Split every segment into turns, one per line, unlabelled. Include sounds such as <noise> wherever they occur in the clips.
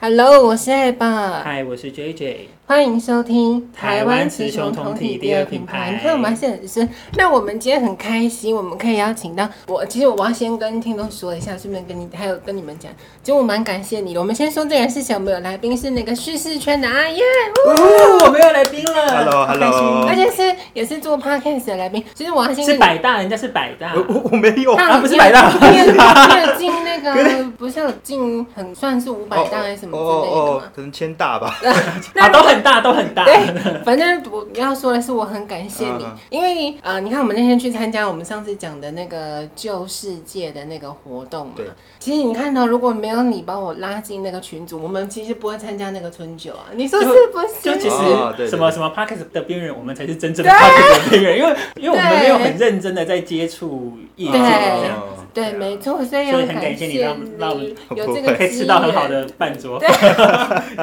Hello，我是艾爸，
嗨，我是 JJ。
欢迎收听
台湾雌雄同体第二品牌
你看我们现在只是，那我们今天很开心，我们可以邀请到我。其实我要先跟听众说一下，顺便跟你还有跟你们讲，其实我蛮感谢你的。我们先说这件事情，我们有来宾是那个叙事圈的阿燕，
哦，我们有来宾了
Hello，
好开心
hello
而且是也是做 podcast 的来宾。其实我要先跟
哎是
你
百大，人家是百大
我。我我没有，
大
啊不是百大
你有你有进那个不是有进很算是五
哦
哦
百大还是什么之类的吗？
可能签大吧。
啊，都很大，都很大。
对，反正我要说的是，我很感谢你
嗯，
因为呃，你看我们那天去参加我们上次讲的那个旧世界的那个活动嘛
对，
其实你看到如果没有你把我拉进那个群组，我们其实不会参加那个春酒啊，你说是不是？
<laughs> 就其
哦对
实
对
什么什么 p o c k e t 的边缘，我们才是真正的 p o c k e t 的边缘，因为因为我们没有很认真的在接触
<laughs>
业
哦
界
对
这样子。
对，没错，所以
所
很
以很
感
感谢你让让我们
有这
不会
个
可以
机
<laughs> 吃到很好
缘。
的半桌
对，
<laughs>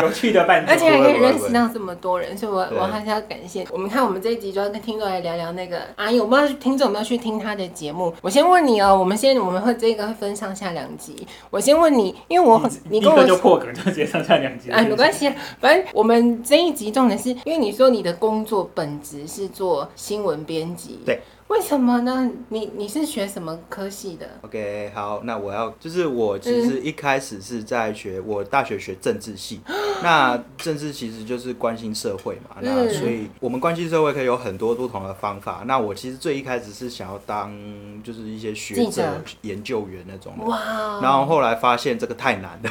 有趣的
<laughs>
半
而且
桌。
还可以
不会不会
认识到这么多人，所以我
对
我还是要感谢。我们看我们这一集就要跟听众来聊聊那个阿姨，我不知道听众有没有去听她的节目。我先问你哦，我们先我们会这个会分上下两集。我先问你，因为我很你
你第
跟
一
我
个就破梗，就直接上下两集。
哎，没
系。
关系啊，反正我们这一集重点是因为你说你的工作本职是做新闻编辑，
对，
为什么呢？你你是学什么科系的？
OK，好，那我要就是我
嗯
其实一开始是在学，我大学学政治系，那政治其实就是关心社会嘛，那
嗯
所以我们关心社会可以有很多不同的方法。那我其实最一开始是想要当就是一些学
记者
者、研究员那种的，
哇，
然后后来发现这个太难了，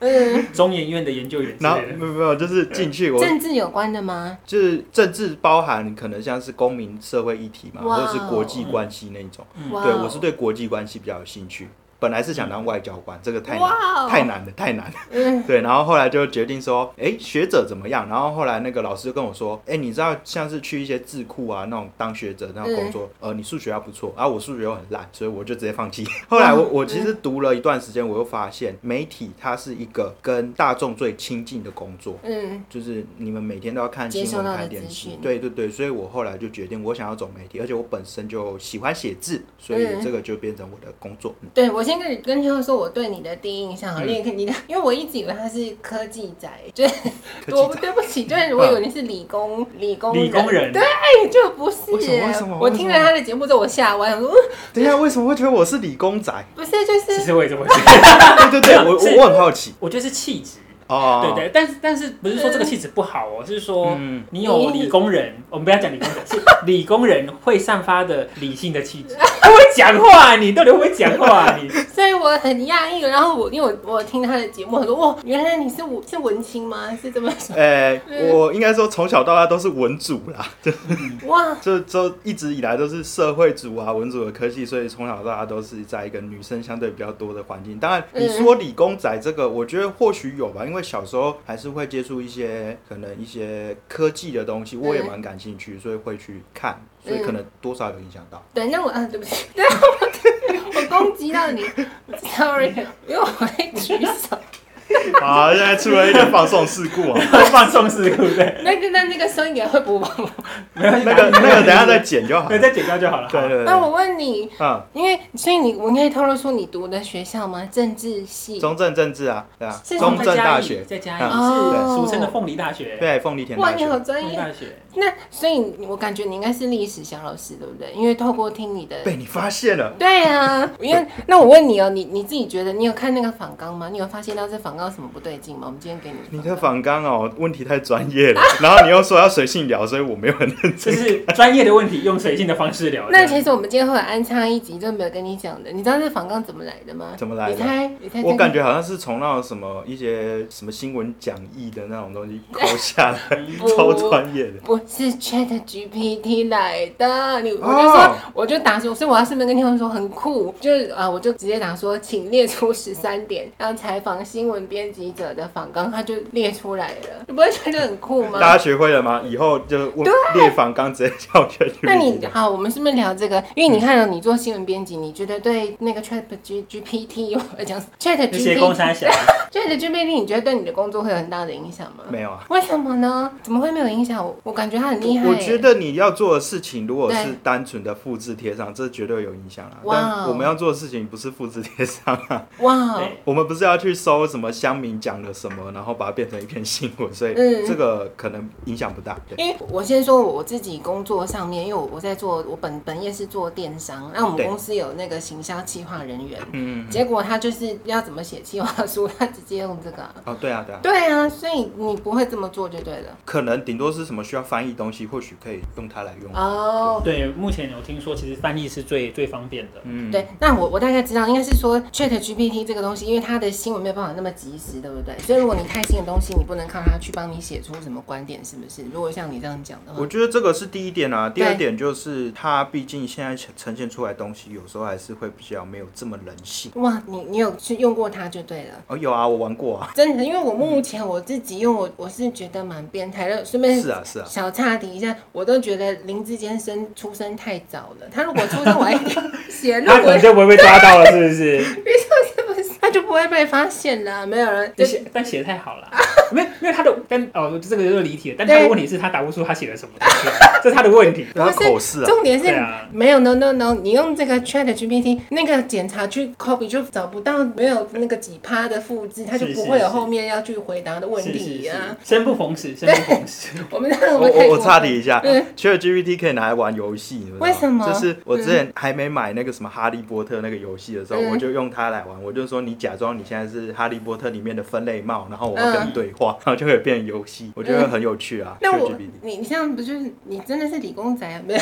嗯，
中研院的研究员之
然后
类的。
没有没有，就是进去我
政治有关的吗？
就是政治包含可能像是公民社会议题嘛，
哇哦嗯
或者是国际关系那一种。
哇哦
嗯对，我是对国际关系比较有兴趣。本来是想当外交官，这个太难
哇哦
太难了，太难了。
嗯
对，然后后来就决定说，哎，学者怎么样？然后后来那个老师就跟我说，哎，你知道像是去一些智库啊那种当学者那种工作，
嗯
呃，你数学还不错，啊，我数学又很烂，所以我就直接放弃。 <laughs> 后来我我其实读了一段时间，我又发现媒体它是一个跟大众最亲近的工作，
嗯，
就是你们每天都要看
接
新
收
闻、
到的
看电
资
视
讯，
对对对，所以我后来就决定我想要走媒体，而且我本身就喜欢写字，所以
嗯
这个就变成我的工作。嗯
对，我先跟你跟听众说我对你的第一印象，好，你也可以你的，因为我一直以为他是科技仔，就是
科技嗯
我
仔
对不起，就是我以为你是理工理工
理工人
对，就不
为
是
什么为什么。
我听了他的节目之后，我吓歪，我说嗯
等一下，为什么会觉得我是理
<laughs>
工仔？
不是，就
其
是
实我也这么觉得。
<laughs> 对对对，我
是
<laughs>
我我很好奇
我觉得是气质，
哦。
对对，但是但是不是
嗯
说这个气质不好哦，是说
嗯
你有理工人，我们不要讲理工
<laughs>
人，是理工人会散发的理性的气质。会不会讲话啊，你到底会不会讲话啊？你
所以我很讶异。然后我因为我我听他的节目，我说哇，原来你是文是文青吗？是这么说？
呃，
嗯
我应该说从小到大都是文组啦，嗯
哇，
就就一直以来都是社会组啊、文组的科系，所以从小到大都是在一个女生相对比较多的环境。当然，
嗯
你说理工仔这个，我觉得或许有吧，因为小时候还是会接触一些可能一些科技的东西，我也
嗯
蛮感兴趣，所以会去看，所以可能多少有影响 <laughs> 到。
对，那我啊，对不起， <laughs> 对，我我攻击到你，sorry，因
嗯
为我会举手。
啊，现在出了一点放送事故啊，
放松是对不对？
那那那个声音会不会？
没有
<laughs> 那个那个，等一下再剪就好
对，
<laughs> 了。
再剪掉就好了。
对对
那
对，
我问你，
嗯，
因为所以你，我可以透露出你读的学校吗？政治系。
中正政治啊，对啊，
是
中正大学，
在嘉义
嗯
是
哦
俗称的凤梨大学，
对，凤梨田
哇，
大
你
学。
好
凤
专
梨
业！
大学。
那所以我感觉你应该是历史小老师，对不对？因为透过听你的，
被你发现了。
对啊，因为那我问你哦，你你自己觉得你有看那个访纲吗？你有发现到这访纲有什么不对劲吗？我们今天给你
你
的
的仿纲哦，问题太专业了， <laughs> 然后你又说要随性聊，所以我没有很
哎
认
这
真。
是专业的问题，用随性的方式聊。
那
这样
其实我们今天会有安插一集，就没有跟你讲的。你知道这访纲怎么来的吗？
怎么来的
你猜，你猜，
我感
觉
觉好像是从那种什么一些什么新闻讲义的那种东西抠下来，
<laughs>
超专业的。
我是 Chat GPT 来的，你我
哦
就说我就打说，所以我要顺便跟听众说很酷，就是啊、呃我就直接打说，请列出十三点要采访新闻编辑者的访纲，他就列出来了，你不会觉得很酷吗？
大家学会了吗？以后就问列仿纲，直接叫 <laughs> 全
那你好，我们顺便聊这个，因为你看到你做新闻编辑，你觉得对那个 Chat G GPT 有讲 Chat
那些公
GPT
差小，
Chat GPT，你觉得对你的工作会有很大的影响吗？
没有啊？
为什么呢？怎么会没有影响？我我感觉得他很厉害耶。
我觉得你要做的事情，如果是
对
单纯的复制贴上，这绝对有影响啦。啊
哇哦
但我们要做的事情不是复制贴上啊， <laughs>
哇，
对
我们不是要去搜什么乡民讲了什么，然后把它变成一篇新闻，所以
嗯
这个可能影响不大。对，
因为我先说我自己工作上面，因为我我在做，我本本业是做电商，那我们
对
公司有那个行销企划人员，
嗯，
结果他就是要怎么写企划书， <laughs> 他直接用这个啊。
哦，对啊，对啊，
对啊，所以你不会这么做就对了。
可能顶多是什么需要翻译东西，或许可以用它来用。
哦、
对，目前有听说，其实翻译是最最方便的。
嗯，
对，那我我大概知道，应该是说 Chat GPT 这个东西，因为它的新闻没有办法那么及时，对不对？所以如果你太新的东西，你不能靠它去帮你写出什么观点，是不是？如果像你这样讲的话
我，觉得这个是第一点啊，第二
嗯对
点就是它毕竟现在呈现出来的东西，有时候还是会比较没有这么人性。
哇，你你有去用过它就对了。
哦，有啊，我玩过啊，
真的，因为我目前我自己用我我是觉得蛮变态的，顺便
是啊，是啊，
小岔题一下，我都觉得林志坚生出生太早了，他如果出生晚一点写
他
论
可能
<laughs>
文，
就不会被抓到了，是不是？
他就不会被发现了，没有
<laughs>
人
就
就
啊
写，但写得太好了，没有，因为他的，但哦，这个就是离题了。但他的
对
问题是，他答不出他写了什么东西，这是他的问题。
那它
不是
口试啊，
重点是
对啊
没有 no no no，你用这个 Chat GPT 那个检查去 copy 就找不到没有那个几趴的复制，它就是不会
是
有
是
后面要去回答的问
是是
题
是
啊。，
生不逢时，生不逢时。
我们让
我
们太
我
过
我岔
分
题一下
嗯
，Chat GPT 可以拿来玩游戏，你知道吗
为什么
就是我之前还没买那个什么哈利波特那个游戏的时候，
嗯
我就用它来玩。我就说你假装你现在是哈利波特里面的分类帽，然后我要跟你对话，然后就会变成游戏，我觉得很有趣啊。
嗯那我
ChatGPT
你你这样不就是你真的是理工仔啊？没有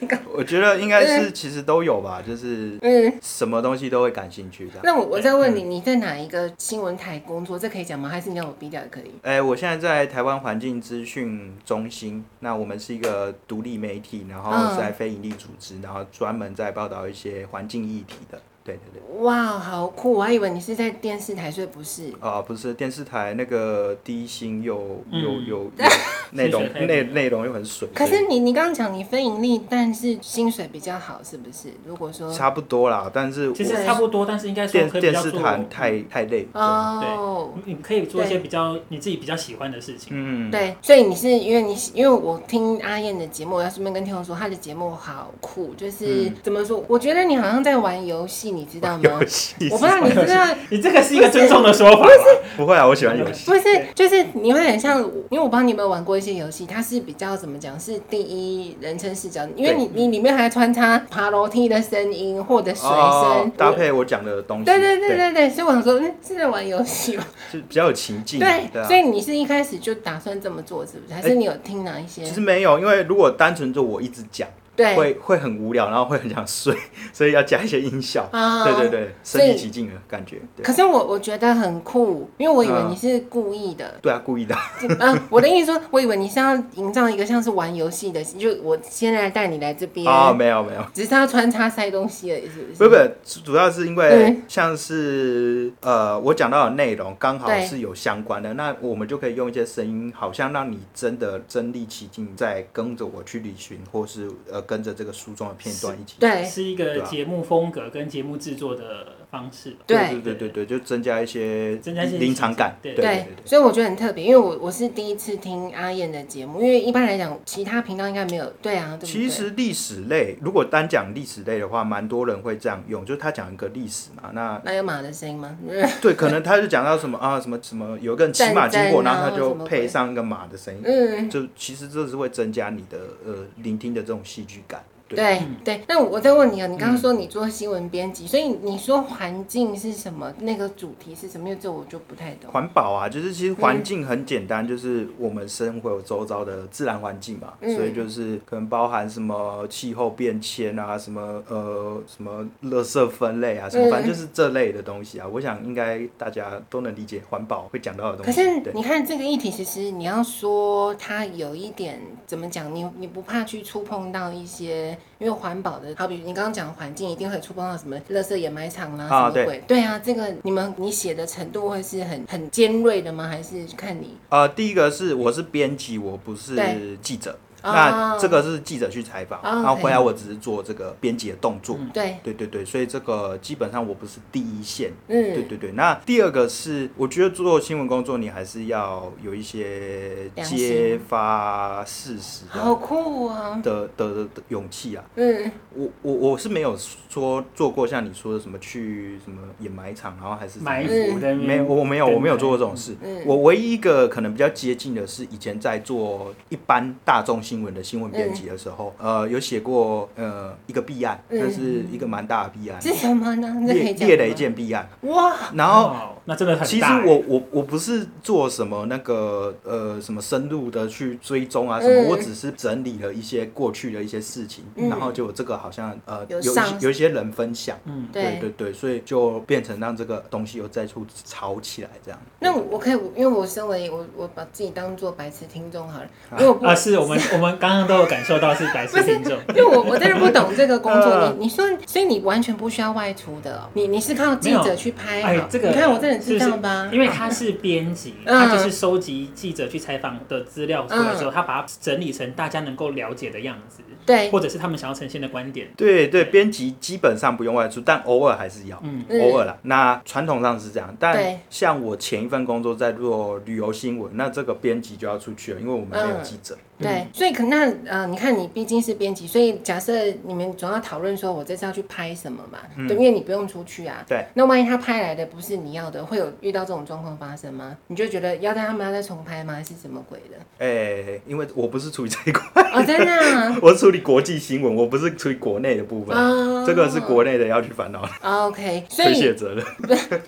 那个
我觉得应该是其实都有吧，就是
嗯。
什么东西都会感兴趣这样。嗯
那我我再问你，你在哪一个新闻台工作？这可以讲吗？还是你要我逼掉也可以？
哎、我现在在台湾环境资讯中心，那我们是一个独立媒体，然后
嗯
是在非营利组织，然后专门在报道一些环境议题的。对对对。
哇，好酷！我还以为你是在电视台，所以不是。
啊、不是电视台那个低薪又又
嗯
又
<laughs>
又内容
薪水太低
内内容又很水，
可
所
是你你刚刚讲你非盈利，但是薪水比较好，是不是？如果说
以差不多啦。但是我
其实差不多，但是应该说
电
可以比
电
较
视
做
台太太累，
嗯哦，
你可以做一些比较你自己比较喜欢的事情。
嗯，
对，所以你是因为你因为我听阿燕的节目，我要顺便跟听众说，她的节目好酷，就是、
嗯
怎么说？我觉得你好像在玩游戏，你知
<laughs>
道吗
游？戏
我不知道你知道
你这个是一个尊重的说法吧？
不会啊，我喜欢游戏。
不是
对，
就是你会很像，因为我不知道你有没有玩过一些游戏，它是比较怎么讲，是第一人称视角，因为你你里面还穿插爬楼梯的声音或者水
哦
声，
搭配我讲的东西，
对对对
对，
对对，所以我想说，嗯，是在玩游戏吗？
是比较有情境，
对，
<laughs> 对啊
所。以你是一开始就打算这么做，是不是？还是
哎
你有听哪一些？
其实没有，因为如果单纯就我一直讲，
对，
会会很无聊，然后会很想睡， <laughs> 所以要加一些音效。
啊
对对对，身
所
临
以
其境的感觉。对
可是我我觉得很酷，因为我以为
嗯
你是故意的，
对啊，故意的。
啊，
<laughs>
我的意思说，我以为你是要营造一个像是玩游戏的，就我现在带你来这边，
啊，没有没有。
只是要穿插塞东西而已，是不是？
不不，主要是因为
嗯
像是呃，我讲到的内容刚好
对
是有相关的，那我们就可以用一些声音，好像让你真的身临其境，在跟着我去旅行，或是呃跟着这个书中的片段一起。
对，
是一
对
个
啊
节目风格跟节目制作的方式吧。
对
对对对对，就增加一些
增加一些
临场感。
对
对
对，所以我觉得很特别，因为我我是第一次听阿燕的节目，因为一般来讲，其他频道应该没有。对啊，对不对？
其实历史类，如果单讲历史类的话，蛮多人会这样用，就是他讲一个历史嘛，那 <laughs>
那有马的声音吗？ <laughs> 嗯
对，可能他就讲到什么啊，什么什么，有一个人骑马经
战
过，
争啊
然后他就
什么鬼
配上一个马的声音，
嗯，
就其实这是会增加你的呃聆听的这种戏剧感。
对对。那我再问你啊，你刚刚说你做新闻编辑，所以你说环境是什么？那个主题是什么？因为这我就不太懂。
环保啊，就是其实环境很简单，就是我们生活周遭的自然环境嘛，
嗯
所以就是可能包含什么气候变迁啊，什么呃什么垃圾分类啊，什么
嗯
反正就是这类的东西啊。我想应该大家都能理解环保会讲到的东
可
西。
是
对
你看这个议题，其实你要说它有一点怎么讲，你你不怕去触碰到一些，因为环保的，好比你刚刚讲环境，一定会触碰到什么垃圾掩埋场啦、
啊
什么鬼？对啊，这个你们你写的程度会是很很尖锐的吗？还是看你
呃，第一个是我是编辑，我不
对
是记者，
啊
那这个是记者去采访，
哦
然后回来我只是做这个编辑的动作。
嗯
对，
对对对，所以这个基本上我不是第一线。
嗯，
对对对，那第二个是，我觉得做新闻工作，你还是要有一些
良心
揭发事实的
好酷啊，
的的的的勇气啊。
嗯，
我我我是没有说做过像你说的什么去什么掩埋场，然后还是什么
埋伏的
没有，我没有，我没有做过这种事。
嗯
我唯一一个可能比较接近的是，以前在做一般大众新闻的新闻编辑的时候，呃，有写过呃一个弊案，
嗯
那是一个蛮大的弊案，
是什么呢？这可
列
以讲
列了一
吗
件弊案。
哇，
然后
哦，那真的很大。欸
其实我我我不是做什么那个呃什么深入的去追踪啊什么，
嗯
我只是整理了一些过去的一些事情，
嗯
然后就这个好像呃
有
有一些
上
有一些人分享。
嗯，
对
对对，所以就变成让这个东西又再度炒起来这样。
那我可以，因为我身为我我把自己当做白痴听众好了，因为我不
啊，是我们我们刚刚都有感受到是白痴听众，
因为我我真的不懂这个工
<laughs>
作，
嗯
呃
你你说，所以你完全不需要外出的哦、你你是靠记
没
者
有
去拍
哎
好，
这个
你看我真的是这样
是不
吧？
因为他是编辑，
嗯
他就是收集记者去采访的资料出来之后，他把它整理成大家能够了解的样子，
对，
或者是他们想要呈现的观点。
对对，编辑基本上不用外出，但偶尔还是要。
嗯，
嗯
偶尔啦，那传统上是这样，但
对
像我前一份工作在做旅游新闻，那这个编辑就要出去了，因为我们没有
嗯
记者。
对，所以可那呃，你看你毕竟是编辑，所以假设你们总要讨论说我这次要去拍什么嘛，
嗯
对，因为你不用出去啊。
对。
那万一他拍来的不是你要的，会有遇到这种状况发生吗？你就觉得要让他们要再重拍吗？还是什么鬼的？
哎、因为我不是处理这一块，
哦，真的啊。
<laughs> 我是处理国际新闻，我不是处理国内的部分。
哦
这个是国内的要去烦恼，
<laughs>
OK，所
推卸
以
责任。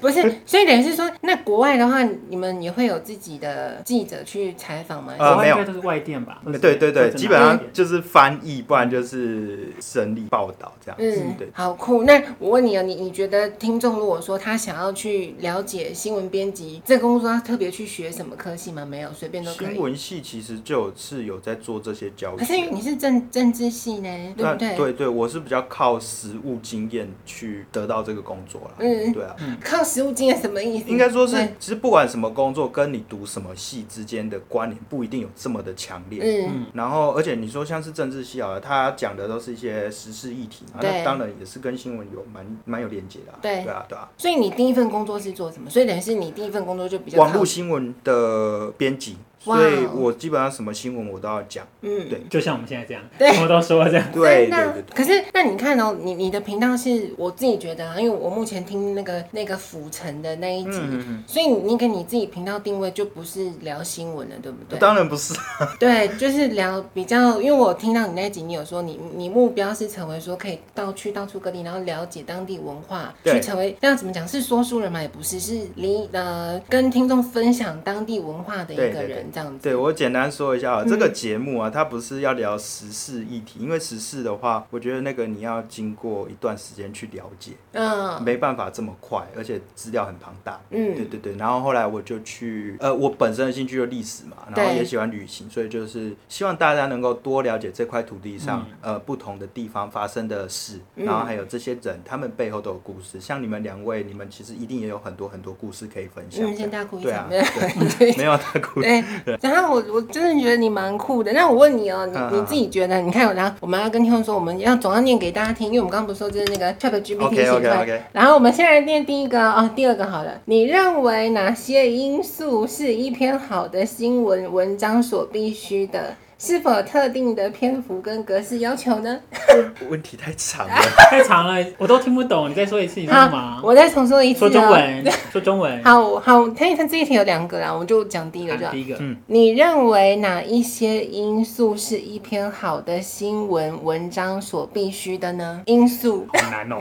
不是，所以等于是说，那国外的话，你们也会有自己的记者去采访吗？
呃
国外
没有
应该都是外电吧？
嗯
对对对，基本
外
上
电
就是翻译，不然就是整理报道这样子。
嗯
对，，
好酷。那我问你啊，你你觉得听众如果说他想要去了解新闻编辑这个工作，他特别去学什么科系吗？没有，随便都可
新
以。
闻系其实就是有在做这些教
可是
学。
你是政政治系呢，对
那
不对？
对对，我是比较靠实务经验去得到这个工作啦。
嗯
对啊，
靠实务经验什么意思？
应该说是
对，
其实不管什么工作，跟你读什么系之间的关联不一定有这么的强烈。
嗯
然后，而且你说像是政治系啊，他讲的都是一些时事议题嘛，
对
那当然也是跟新闻有蛮蛮有连接的、啊。
对
对啊，对啊。
所以你第一份工作是做什么？所以等于是你第一份工作就比较
网
靠
络新闻的编辑，
哇哦
所以我基本上什么新闻我都要讲。
嗯
对
就像我们现在这样，
对
什么都说这样。
对
真的
对
啊
对对。
可是那你看哦，你你的频道是我自己觉得啊，因为我目前听那个那个府城的那一集，
嗯，
所以你给你自己频道定位就不是聊新闻了，对不对？
当然
<laughs>
不是，
对，就是聊比较，因为我听到你那集，你有说你你目标是成为说可以到去到处各地，然后了解当地文化，
对
去成为那怎么讲是说书人嘛，也不是，是离呃跟听众分享当地文化的一
对
个
对对
人这样子。
对我简单说一下啊，
嗯
这个节目啊，它不是要聊时事议题，因为时事的话，我觉得那个你要经过一段时间去了解，
嗯
没办法这么快，而且资料很庞大。对
嗯
对对，然后后来我就去，呃，我本身的兴趣就历史嘛，然后
对
也喜欢旅行，所以就是希望大家能够多了解这块土地上、呃不同的地方发生的事，
嗯
然后还有这些人他们背后都有故事。像你们两位，你们其实一定也有很多很多故事可以分享。
嗯，先大哭一
对
场
啊，
没有
对 <laughs> 没有太故事。
<laughs> 对，然后我我真的觉得你蛮酷的。那我问你哦，
嗯
你
嗯
你自己觉得？你看，然后我们要跟听众说，我们要总要念给大家听，因为我们刚刚不是说就是那个 Chat GPT 写
OK
出
OK
来。
OK，
然后我们现在念第一个哦，第二个好了。你认为哪些因素是一篇好的新闻文章所必须的？是否有特定的篇幅跟格式要求呢？
问题太长
<laughs>
了。
太长了，我都听不懂。你再说一次，你说什
好，
么？
我再重说一次、
说
哦。
中。文，说中文。
好好，看一看这一题有两个啦，我们就讲第一个就
好
好。
第一个，
嗯
你认为哪一些因素是一篇好的新闻文章所必须的呢？因素，
好难哦。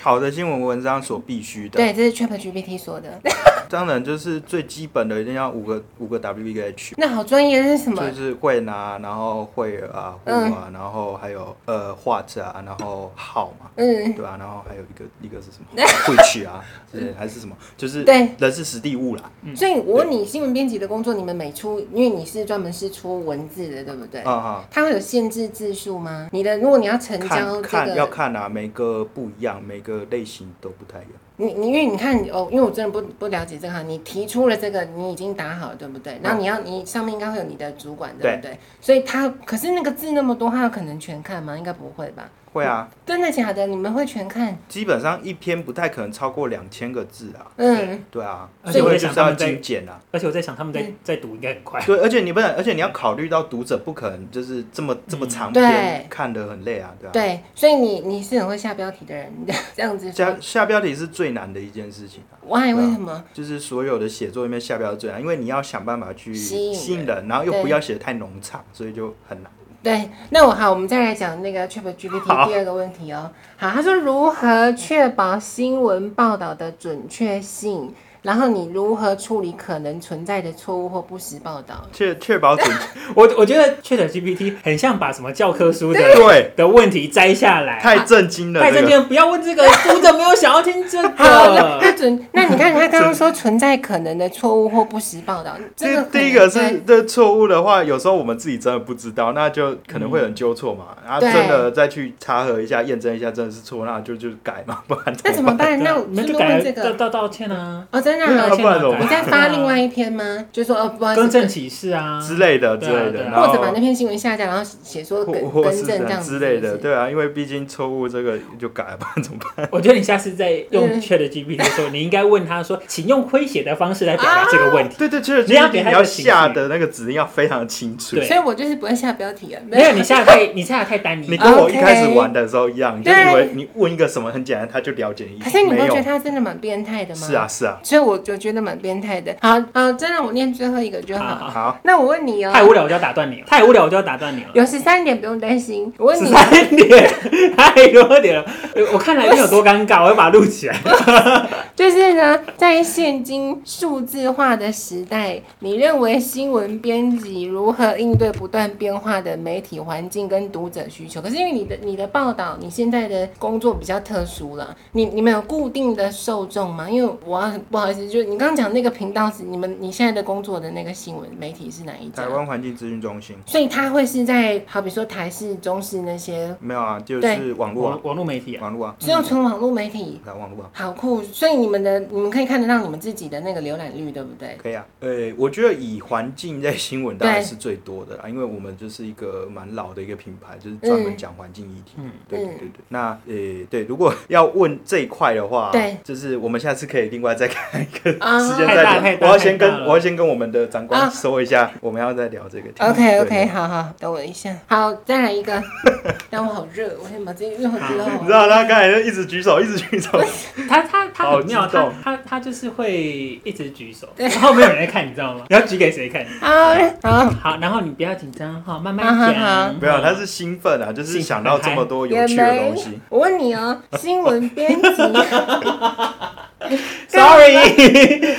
好的新闻文章所必须的，
对，这是 ChatGPT 说的。 <laughs>
当然就是最基本的，一定要五个五个 W 一个 H。
那好专业是什么
<laughs> 就？是会拿，然后会啊，户啊，
嗯
然后还有呃画质啊，然后号嘛，
嗯，
对吧、然后还有一个一个是
<laughs>
什么 Twitch 啊，是还是什么？就是
对嗯
人是实地物啦。
所以我问你，新闻编辑的工作，你们每出，因为你是专门是出文字的，对不对？
啊啊，
它会有限制字数吗？你的，如果你要成交
看
这
看要
个，
看啊，每个不一样，每个个类型都不太一样。
你你因为你看哦，因为我真的不不了解这个行，你提出了这个，你已经打好了对不对？然后你要你上面应该会有你的主管嗯对不对？所以他可是那个字那么多，他有可能全看吗？应该不会吧？
会啊，
真的假的？你们会全看？
基本上一篇不太可能超过两千个字啊。
嗯，
对啊，
而
且
所
我
以
在
就
想
是
他
要
们在哎
精简啊。
而且我在想，他们在
嗯
在读应该很快。
对，而且你不能，而且你要考虑到读者不可能就是这么这么
嗯
长
对
篇看得很累啊，对啊。
对，所以你你是很会下标题的人， <laughs> 你这样子
下
说。
下标题是最难的一件事情啊，
Why？
对啊
为什么？
就是所有的写作里面下标是最难，因为你要想办法去
吸引人
吸引人，然后又
对
不要写的太冗长，所以就很难。
对，那我好，我们再来讲那个 ChatGPT
好
第二个问题哦。好，他说如何确保新闻报道的准确性，然后你如何处理可能存在的错误或不实报道？
确确 <laughs> 保准，
我我觉得 Chat GPT 很像把什么教科书的
对，
的问题摘下来。
太震惊了，
太
这
正
个。
经，不要问这 <laughs> 个，读者没有想要听这
好，那
个。
那准，那你看他刚刚说存在可能的错误或不实报
<laughs>
道，这
这
个
第一个
可能
是这错误的话，有时候我们自己真的不知道，那就可能会很纠错嘛。然后
对
真的再去查核一下，验证一下真的是错，那就就改嘛，不然
那怎 <laughs> 么办？
<laughs>
那我
那
是
啊就
不
改
问
了
这
道
个
道道歉啊，
哦，真的
那
啊、
道歉
不然
啊
怎么办
你再发另外一篇吗？就说哦，不好意思，
更正启事啊，
之类的之类
对
的，
啊对
然
啊
或者把
后
那篇新闻下架，然后写说
或
更
或
更
是
正这样子
之类的，
是不是
对啊，因为毕竟错误这个就改吧，怎么办？
我觉得你下次在用
嗯
Chat GPT 的时候，你应该问他说，请用诙谐的方式来表达这个问题。
对对，就是
你要给
你
他一
要
个情绪
下的那个指令要非常清楚。
对
所以我就是不会下标题啊，
没有，你下得太你下得太单
你
一。
跟我一
OK
开始玩的时候一样，你就
对
以为你问一个什么很简单，他就了解你。
啊可是你不
没
觉得
有，
他真的蛮变态的吗？
是啊，是啊，
所以我就觉得蛮变态的。好，好，再让我念最后一个就好。
好好
好，
那我问你哦，
啊太无聊，我就要打断你了。太无聊，我就要打断你了。
有十三点不用担心。我问
十
你，
三点，太多点了。呃我看来你有多尴尬，我要把它录起来。
就是呢，在现今数字化的时代，你认为新闻编辑如何应对不断变化的媒体环境跟读者需求？可是因为你的你的报道，你现在的工作比较特殊了，你你们有固定的受众吗？因为我要不好意思，就是你刚刚讲那个频道是你们你现在的工作的那个新闻媒体是哪一家
台？湾环境资讯中心
所以它会是在好比说台式、中式那些，
没有啊，就
对
是网络啊
网，网络媒体啊，
网络啊，
只有纯网络媒体。
台湾网络啊。
好酷！所以你们的你们可以看得到你们自己的那个浏览率，对不对？
可以啊，呃，我觉得以环境类新闻当然是最多的啦，因为我们就是一个蛮老的一个品牌，就是专门讲环境议题。
嗯
对对对对。那呃，对，如果要问这一块的话，
对就是
我们下次可以另外再看一个
啊
<laughs> 时间
太大
再
太
聊。
大
我要先
太大
跟
了
我要先跟我们的长
啊
官说一下，我们要再聊这个题目。
OK
对
OK，好好，等我一下。好，再来一
<laughs>
个。但我好热，我先把这个热好
你知道他刚才就一直举手，一直举
<laughs>
手，
他他他
好
很妙，
激
他
动
他他就是会一直举手，
对
然后没有人在看，你知道吗？
<laughs>
你要举给谁看？
好，好，
<laughs> 好，然后你不要紧张哈，慢
啊哈哈
慢讲。
没有，他是兴奋啊，就是想到这么多有
也
趣的
没
东西。。
我问你哦，新闻编辑
Sorry，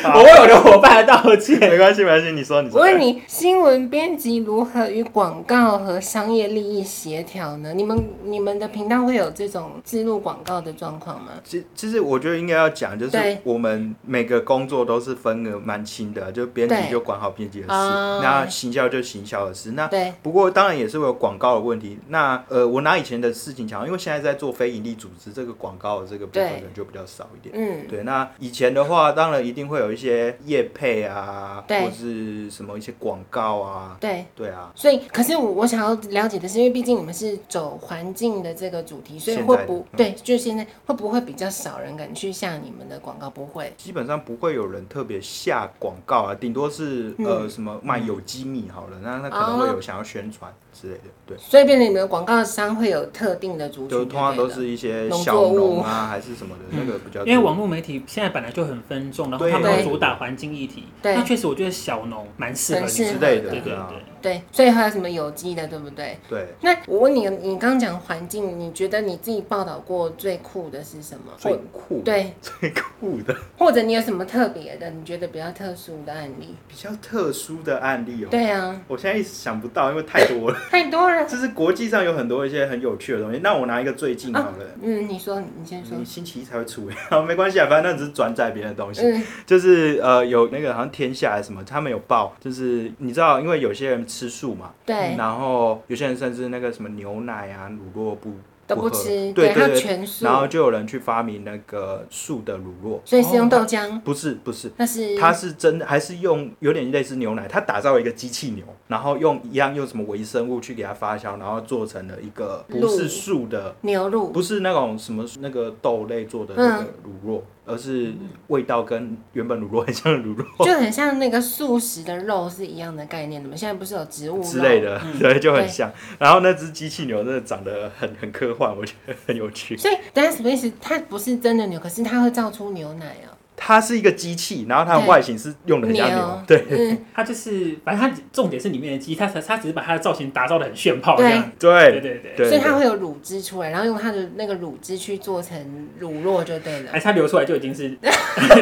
我为我的伙伴道歉。
<laughs> 没关系，没关系，你说，你说。
我问你，新闻编辑如何与广告和商业利益协调呢？你们你们的频道会有这种植入广告的状况吗？
其其实我觉得应该要讲，就是
对
我们每个工作都是分的蛮清的，啊就编
对
辑就管好编辑的事，
啊
那行销就行销的事。那
对，
不过当然也是会有广告的问题。那呃，我拿以前的事情讲，因为现在在做非盈利组织，这个广告的这个部分
对
可能就比较少一点。
嗯，
对，那以前的话，当然一定会有一些业配啊，
对
或是什么一些广告啊，
对。
对啊，
所以，可是我我想要了解的是，因为毕竟你们是走环境的这个主题，所以
现
会
在的
不、
嗯
对，就现在会不会比较少人敢去下你们的广告？不会，
基本上不会有人特别下广告啊，顶多是、
嗯
呃什么卖有机米好了，
哦
那那可能会有想要宣传之类的，对。
所以变成你们的广告商会有特定的族群
就
就
通常
对
都
了
是一些
农
小
作物嗯
农啊，还是什么的，那个比较多。
<laughs> 因为网络媒体现在本来就很分众，然后
对
他们会主打环境议题。
对
那确实我觉得小农蛮适合
很
你
适
的。
之类的，
对对
啊，
对，
对，所以还有什么有机的，对不对？
对。
那我问你，你刚刚讲环境，你觉得你自己报道过最酷的是什么？
最
或
酷，，
对，
最酷的，
或者你有什么特别的，你觉得比较特殊的案例？
比较特殊的案例哦。
对啊，
我现在一时想不到，因为太多了。 <laughs>
太多了。
就是国际上有很多一些很有趣的东西。那我拿一个最近好了，
嗯，你说，你先说
你。星期一才会出，好没关系啊，反正那只是转载别人的东西。
嗯，
就是呃，有那个好像天下还是什么，他们有报，就是你知道，因为有些人吃素嘛，
对，
然后有些人甚至那个什么牛奶啊、乳酪不
都
不
不
喝
吃，
对
它
对对
全素，
然后就有人去发明那个素的乳酪，
所以是用豆浆，
不是不是，
那是
哦它是真的还是用有点类似牛奶，它打造一个机器牛，然后用一样用什么微生物去给它发酵，然后做成了一个不
乳
是素的，
牛乳，
不是那种什么那个豆类做的那
嗯
个乳酪，而是味道跟原本乳酪很像的乳酪
就很像那个素食的肉是一样的概念的嘛。现在不是有植物
<laughs> 之类
肉，
的，
嗯
对，就很
对
像。然后那只机器牛真的长得很很科幻，我觉得很有趣。
所以 Dance Space 它不是真的牛，可是它会造出牛奶啊，
它是一个机器，然后它的
对
外形是用的很像牛， <laughs> 对。
嗯，
它就是，反正它重点是里面的鸡，它它它只是把它的造型打造的很炫炮这
对
样。对
对
对对，
对
所以它
对，
会有乳汁出来，然后用它的那个乳汁去做成乳酪就对了
哎，。它流出来就已
<laughs>
经是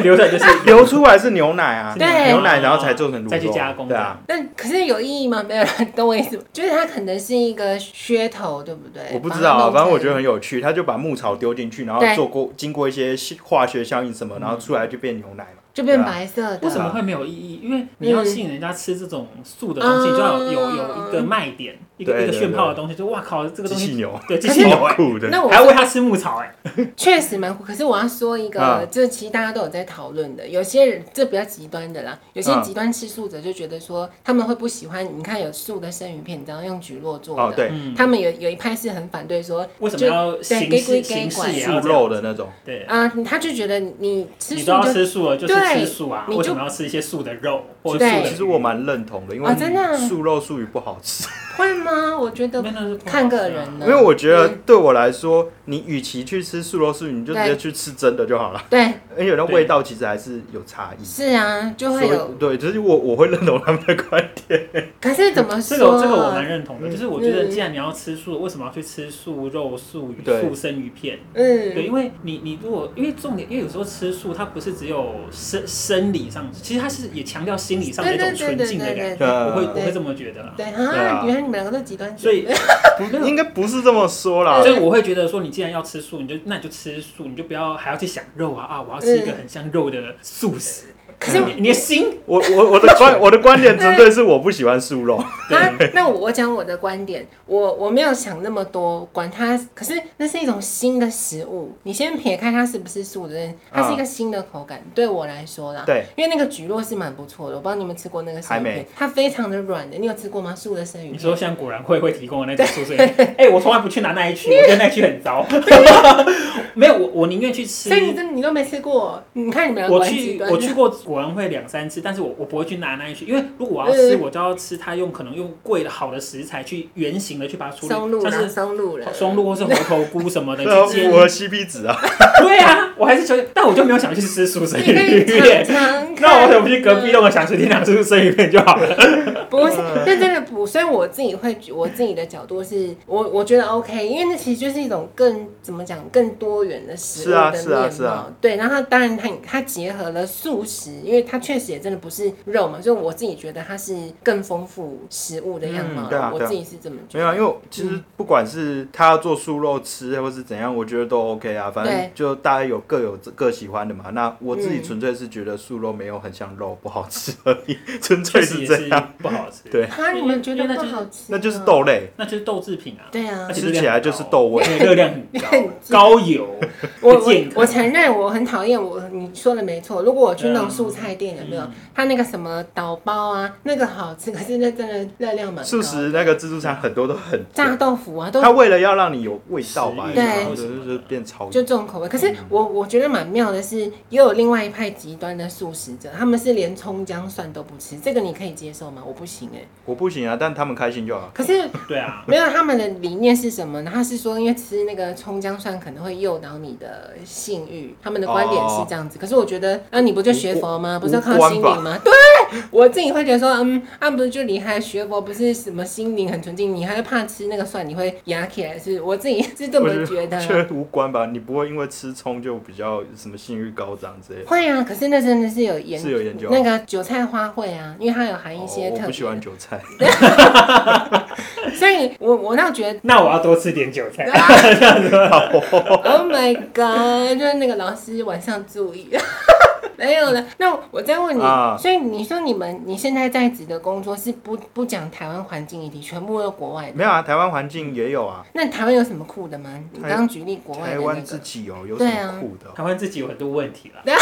流出来就是
流出来是牛奶啊，
是
对
牛奶然后才做成乳酪，
再去加工
对啊。
但可是有意义吗？没有人懂我意思吗，就是它可能是一个噱头，对不对？
我不知道
把它
啊，
弄
反正我觉得
成
很有趣。他就把牧草丢进去，然后
对
做过经过一些化学效应什么，然后出来就变牛奶嘛。
就变
对啊
白色的，
为什么会没有意义？因为你要吸引人家吃这种素的东西，
嗯
就要有有一个卖点，一个
对
一个
对
炫炮的东西。就哇靠，这个
机
东
器
西
牛，
对机
机
器
器
牛
牛
哎，
酷的。
那我
还要喂它吃牧草哎，
确实蛮酷，可是我要说一个，
嗯
这其实大家都有在讨论的。有些人这比较极端的啦，有些
嗯
极端吃素者就觉得说他们会不喜欢。你看有素的生鱼片，你知道用菊络做的，
哦，对，
嗯，
他们有有一派是很反对说，
为什么要
对
形
给归
式
给
形式
管
也
素
要这
肉
样？
的那种，
对，
啊、他就觉得你吃
你
素
都要
就
吃素了，就是
对
吃素啊，
你就
为什么要吃一些素的肉或
对
者素的鱼？
其实我蛮认同的，因
啊
为
哎真的啊
素肉素鱼不好
<laughs>
吃。
会吗？我觉得
那那是不好吃啊
看个人呢，
因为我觉
嗯
得对我来说，你与其去吃素肉素鱼，你就直接
对
去吃真的就好了，
对
而且那味道其实还是有差异。
是啊，就会
所
有
以。对，就是我我会认同他们的观点。
可是怎么说？
这个这个我蛮认同的，
嗯
就是我觉得
嗯
既然你要吃素，为什么要去吃素肉、素鱼、
对
素生鱼片？对，
嗯，
因为你你如果因为重点，因为有时候吃素它不是只有生生理上，其实它是也强调心理上的一种纯净的感觉。
对
<laughs> 我
呃
会我
对
会这么觉得啦，
对
对
啊，
啊
原来你们两个都极端，
所以 <laughs> 不
应该不是这么说啦
所。以我会觉得说，你既然要吃素，你就那你就吃素，你就不要还要去想肉啊啊！我要吃一个很像肉的素食。
可是
你你的心，
我我我的观 <laughs> 我的观点针对是我不喜欢素肉，
<laughs> 那那我我讲我的观点，我我没有想那么多，管它。可是那是一种新的食物，你先撇开它是不是素的，它是一个
嗯
新的口感，对我来说啦。
对，
因为那个菊络是蛮不错的，我不知道你们吃过那个生鱼
还
片
没，
它非常的软的，你有吃过吗？素的生鱼
你
片？
说像果然会会提供的那种素食，哎、我从来不去拿那一区，我觉得那一区很糟。 <laughs> 没有，我我宁愿去吃
所以你真的你都没吃过，你看你们两个
我
关系
去
端
我去过果然会两三次，但是我我不会去拿那一区，因为如果我要吃，
嗯
我就要吃它用可能用贵的好的食材去圆形的去把它处
松露
理，像
啦，
是
松露了，
松露或是猴头菇什么
<laughs>
的
这
去
符
煎。
合 CP 值啊。
对啊，我还是觉得，但我就没有想去吃素生
你可
鱼
以尝
片。
尝看。嗯
那我怎么去隔壁弄个想吃天堂吃生鱼片就好
<laughs>
了？
不是，
呃
那真的不，所以我自己会，我自己的角度是，我我觉得 OK，因为那其实就是一种更怎么讲，更多元的食物
是
的
啊
面貌。
是啊是啊
对，然后它当然它它结合了素食，因为它确实也真的不是肉嘛，所以我自己觉得它是更丰富食物的样貌。
嗯对啊
我
对啊
自己是这么觉得。
没有啊，因为我其
嗯
实不管是他要做素肉吃，或是怎样，我觉得都 OK 啊。反
对
正就大家有各有各喜欢的嘛。那我自己
嗯
纯粹是觉得素肉没有很像肉，不好吃而
<laughs>
已，纯
确
粹
实
是
也
这
是
样。
不好吃。
<laughs> 对
啊，你们觉得
因
不
为那就是
好吃？
那就是。豆类，
那就是豆制品啊，
对啊
而，且
吃起来就是豆味。
对热量
<laughs>
很高，高油，
我
不
我
健康
我承认我很讨厌我，你说的没错。如果我去那种素菜店，有没有
啊嗯
它那个什么导包啊，那个好吃，可是那真的热量蛮高的。
素食那个自助餐很多都很，
炸豆腐啊，都
他为了要让你有味道吧，
对
然后就是变超
就这种口味。可是
嗯
我我觉得蛮妙的是，也有另外一派极端的素食者，他们是连葱姜蒜都不吃，这个你可以接受吗？我不行哎、
我不行啊，但他们开心就好。
可是
对啊，
没有他们的理念是什么呢？他是说，因为吃那个葱姜蒜可能会诱导你的性欲，他们的观点是这样子。可是我觉得，啊，你不就学佛吗？
嗯无
不是靠心灵吗？对，我自己会觉得说，嗯，啊，不是就你还学佛，不是什么心灵很纯净，你还怕吃那个蒜，你会压起来，是我自己是这
我
么觉得啊。
这无关吧？你不会因为吃葱就比较什么性欲高涨之类的？
会啊，可是那真的是有研
是有研究啊
那个韭菜花卉啊，因为它有含一些
哦我
特
不喜
别
欢
的，
韭菜，
所以我我倒觉得
那我要多吃点韭
啊
菜。
<laughs>
，Oh my God，就是那个老师晚上注意， <laughs> 没有了。那我再问你，
啊
所以你说你们你现在在职的工作是不不讲台湾环境议题，全部都国外的？
没有啊，台湾环境也有啊，
那台湾有什么酷的吗？你
台
刚刚举例国外的
台
那
湾自
个，
己哦，有什
对
么
啊
酷的哦？ <laughs>
台湾自己有很多问题了。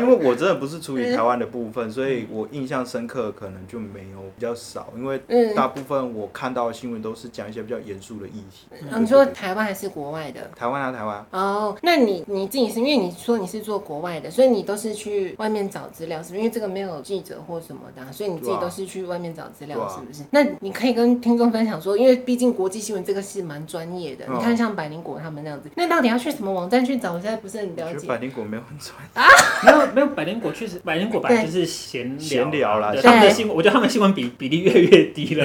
因为我真的不是处于台湾的部分，所以我印象深刻可能就没有比较少，因为
嗯
大部分我看到的新闻都是讲一些比较严肃的议题。
啊你说台湾还是国外的？
台湾啊，台湾，
哦，那你你自己是因为你说你是做国外的，所以你都是去外面找资料，是不是？因为这个没有记者或什么的啊、所以你自己
对啊
都是去外面找资
对
料，
啊
是不是？那你可以跟听众分享说，因为毕竟国际新闻这个是蛮专业的，
嗯
你看像百灵果他们那样子，那到底要去什么网站去找？我现在不是很
我
了
觉得
解。
百灵果没有很专
<laughs>
业。
没有没有，百灵果确实，百灵果本来就是闲啊
闲聊啦
对
对他们的新闻，我觉得他们新闻比比例越来越低了。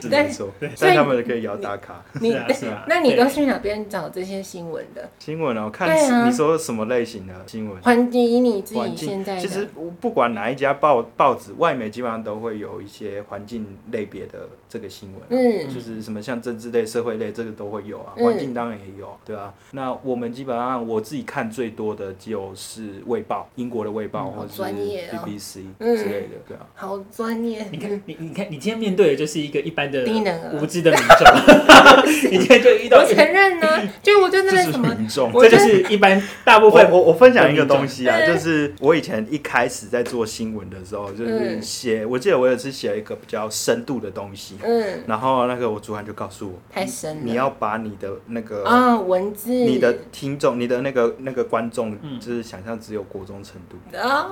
只
对
能
对，啊
说，
所
但
以
他们可以也要打卡。
你
是啊是啊
那你
对
都去哪边找这些新闻的？
新闻哦，
对啊
看你说什么类型的新闻。
环以你自
环
己
境
现在的
其实我不管哪一家报报纸，外媒基本上都会有一些环境类别的这个新闻啊、
嗯
就是什么像政治类、社会类，这个都会有啊，
嗯
环境当然也有，对啊。那我们基本上我自己看最多的就是《卫报》，英国的《卫报》
嗯好
或者是
专业哦
BBC
嗯
之类的，对啊。
好专业，
你看，你你看，你今天面对的就是一个一般的
低能儿
无知的民众，
<laughs>
啊 <laughs> 你今天就遇到
我，承认呢、
<laughs>
就我就真
这
的
是
什么
民众，
我
这
觉
就
得
是一般大部分
我我我分享一个东西啊，
嗯
就是我以前一开始在做新闻的时候，就是
嗯
写，我记得我有一次写一个比较深度的东西，
嗯，
然后那个我主管就告诉我，
太深了。
你要把你的那个、
啊，文字，
呃你的听众、你的那个那个观众，
嗯
就是想象只有国中程度，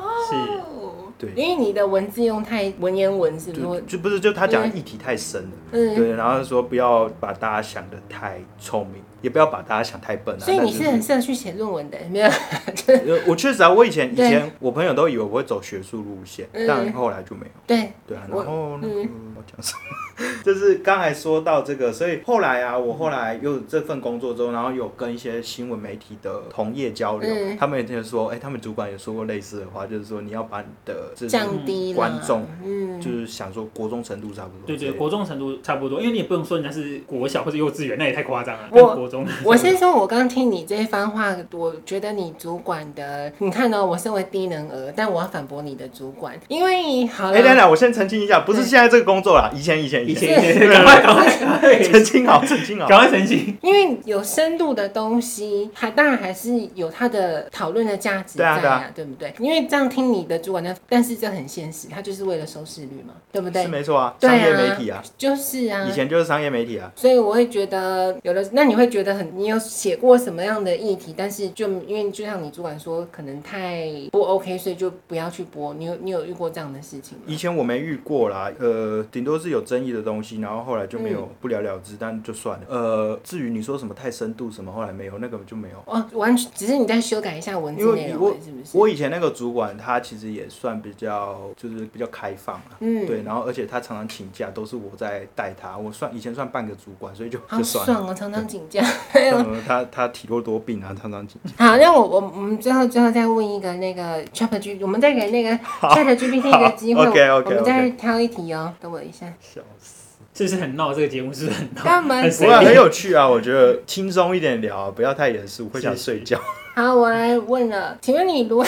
哦，
对
因为你的文字用太文言文，是不？
就是就不是就他讲的议题太深了，
嗯
对，然后就说不要把大家想的太聪明，也不要把大家想太笨啊。
所以
那
你
就是
很适合去写论文的，没有？ <laughs>
呃我确实啊，我以前以
对
前我朋友都以为我会走学术路线，
嗯
但后来就没有。
对，
对啊，
我嗯
然后那个我讲什么？ <laughs> 就是刚才说到这个，所以后来啊，我后来又有这份工作之后，然后有跟一些新闻媒体的同业交流，
嗯
他们也听说，哎、他们主管也说过类似的话，就是说你要把你的就是
降低啦
观众，就
嗯，
是想说国中程度差不多，
对对，
之类的
国中程度差不多，因为你也不能说人家是国小或者幼稚园，那也太夸张了。
我
但国中，
我先说，我刚听你这一番话，我觉得你主管的，你看哦，我身为低能儿，但我要反驳你的主管，因为好了，
哎、等等，我先澄清一下，不是现在这个工作啦，以前以前
以
以
前
前，
以前， <laughs> 赶快赶快赶快
<laughs> 澄清好，澄清好，
赶快澄清，
因为有深度的东西，它当然还是有它的讨论的价值
对
在
啊
呀、
对啊
对不对？因为这样听你的主管那，但是这很现实，它就是为了收视率嘛，对不对
是？没错啊，
对
商
啊
业媒体啊，
就是啊
以。前就是商业媒体啊，
所以我会觉得有的，那你会觉得很，你有写过什么样的议题？但是就因为就像你主管说，可能太不 OK，所以就不要去播。你有你有遇过这样的事情吗？
以前我没遇过啦，呃，顶多是有争议的东西，然后后来就没有
嗯
不了了之，但就算了。呃，至于你说什么太深度什么，后来没有那个就没有。
哦，完全只是你再修改一下文字
因为
内容
我
而已，是不是？
我以前那个主管他其实也算比较就是比较开放啊，
嗯
对，然后而且他常常请假都是我在带他，我算以前算半个主管，所以就
好
就算了。
爽哦，常常请假。
嗯、他他体弱多病啊，常常请假。
好，那我我我们最后最后再问一个那个 Chat G，我们再给那个 Chat GPT 一个机会，
好，OK，OK，OK
我们再挑一题哦。等我一下，
笑死！
这是很闹，这个节目是不是很闹，
干嘛
很
不
随
过
便
很有趣啊，我觉得轻松一点聊啊，不要太严肃，会想
是
睡觉。 <laughs>
好，我来问了，请问你如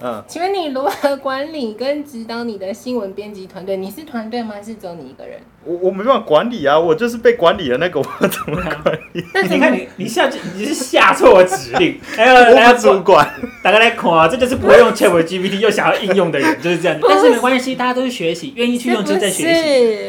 嗯，
请问你如何管理跟指导你的新闻编辑团队？你是团队吗？还是只有你一个人？
我我没办法管理啊，我就是被管理的那个，我怎么
那
你
怎么
看你，你下去你是下错指
<laughs>
令，还有
我
还
不主
有
管？
大家来看啊，这就是不会用 Chat GPT 又想要应用的人就是这样。但是没关系，大家都是学习，愿意去
这
用
不
就是在学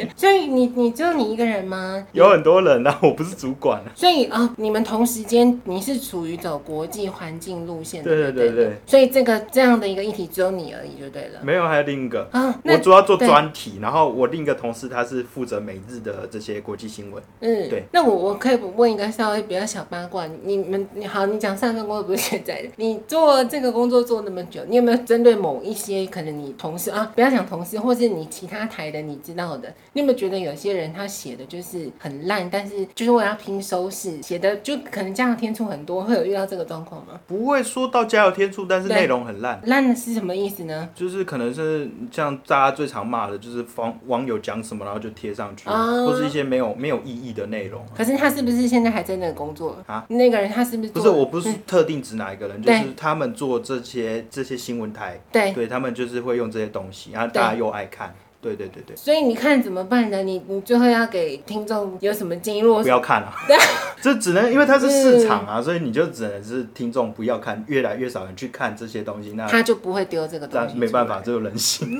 习。
所以你你只有你一个人吗？
有很多人啊，我不是主管啊。
所以啊、哦你们同时间你是处于走国际环境路线的，
对对对
不
对
所以这个这样的一个议题只有你而已，就对了。
<laughs> 没有，还有另一个，
啊，
我
那
主要做
对
专题，然后我另一个同事他是负责每日的这些国际新闻。
嗯，
对。
那我我可以问一个稍微比较小八卦，你们你好，你讲上份工作不是现在的，你做这个工作做那么久，你有没有针对某一些可能你同事啊，不要讲同事，或是你其他台的你知道的，你有没有觉得有些人他写的就是很烂，但是就是为了要拼收视，写的就可能这样天数很多，会有遇到这个状况吗？吗？
不会说到加油添醋，但是内容很烂。
烂的是什么意思呢？
就是可能是像大家最常骂的，就是网网友讲什么，然后就贴上去，
啊
或是一些没有没有意义的内容。
可是他是不是现在还在那个工作啊
啊？
那个人他是不是
不
做嗯
是，我不是特定指哪一个人，就
对
是他们做这些这些新闻台，
对，
对他们就是会用这些东西，然后
对
大家又爱看，对对对对，
所以你看怎么办呢？你你最后要给听众有什么建议？如果
不要看啊， <laughs> 这只能因为它是市场
嗯
啊，所以你就只能是听众不要看，越来越少人去看这些东西，那
他就不会丢这个东
但
西，
啊没办法，，这有
<laughs>
人性。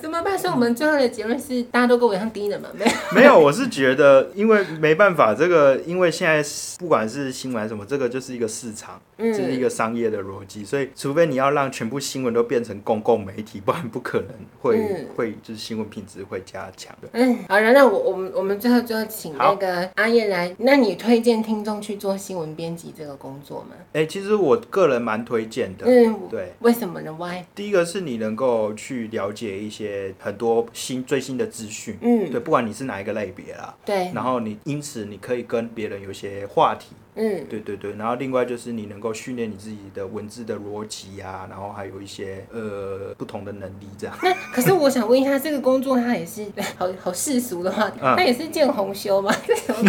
怎么办？所以我们最后的结论是，大家都跟我一样低能嘛？没有，
没有，我是觉得因为没办法，这个因为现在不管是新闻还是什么，这个就是一个市场，这是一
嗯，
个商业的逻辑，所以除非你要让全部新闻都变成公共媒体，不然不可能会
嗯
会就是新闻品质会加强的。
嗯，好了，那我我们我们最后最后请那
好
个阿燕来，那你推荐听众去做新闻编辑这个工作吗？
哎，其实我个人蛮推荐的，
嗯，
对。
为什么呢？Why？
第一个是你能够去了解一些很多新最新的资讯，
嗯，
对，不管你是哪一个类别啦，
对，
然后你因此你可以跟别人有一些话题，
嗯
对对对，然后另外就是你能够训练你自己的文字的逻辑呀、然后还有一些呃不同的能力这样。
那可是我想问一下，这个工作它也是 <laughs> 好好世俗的话题，
嗯
它也是见红修
<laughs>
吗？ <laughs> 这种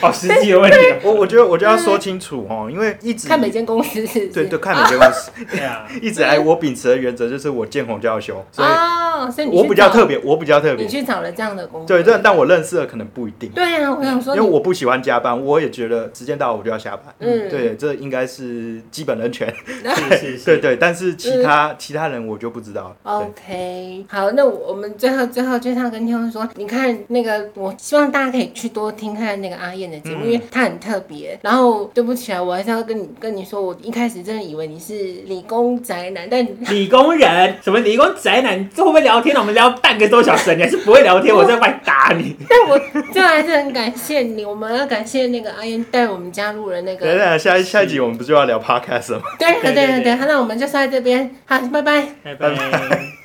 好实际的问题哦。
我我觉得我就要说清楚哦，因为一直
嗯看每间公司是不
对
是
对看每间公司，
对啊，
一直来我秉持的原则就是我见红就要修，所以
哦，所以你
我
去
比较
找
特别，我比较特别
你，去找了这样的工作，
对，但但我认识的可能不一定。
对啊，我想说
因
你，
为我不喜欢加班，我也觉得时间到了我就要下班。
嗯
对，这应该是基本人权。
是是是，
对对，但是其
嗯
他、其他人我就不知道。
哦
对，
OK，好，那我我们最后最后就是要跟听众说，你看那个，我希望大家可以去多听看那个阿燕的节目，因为她很特别。然后对不起啊，我还是要跟你跟你说，我一开始真的以为你是理工宅男，但 <laughs>
理工人，什么理工宅男，这会不会聊天？我们聊半个多小时，你还是不会聊天，我在外打你。
但我最后还是很感谢你，我们要感谢那个阿燕带我们加入了那
等
个，
等，下一下一集我们不就要聊 podcast 了吗？
对对
对
对
对
对，好那我们就说到这边，好，拜拜。
拜拜。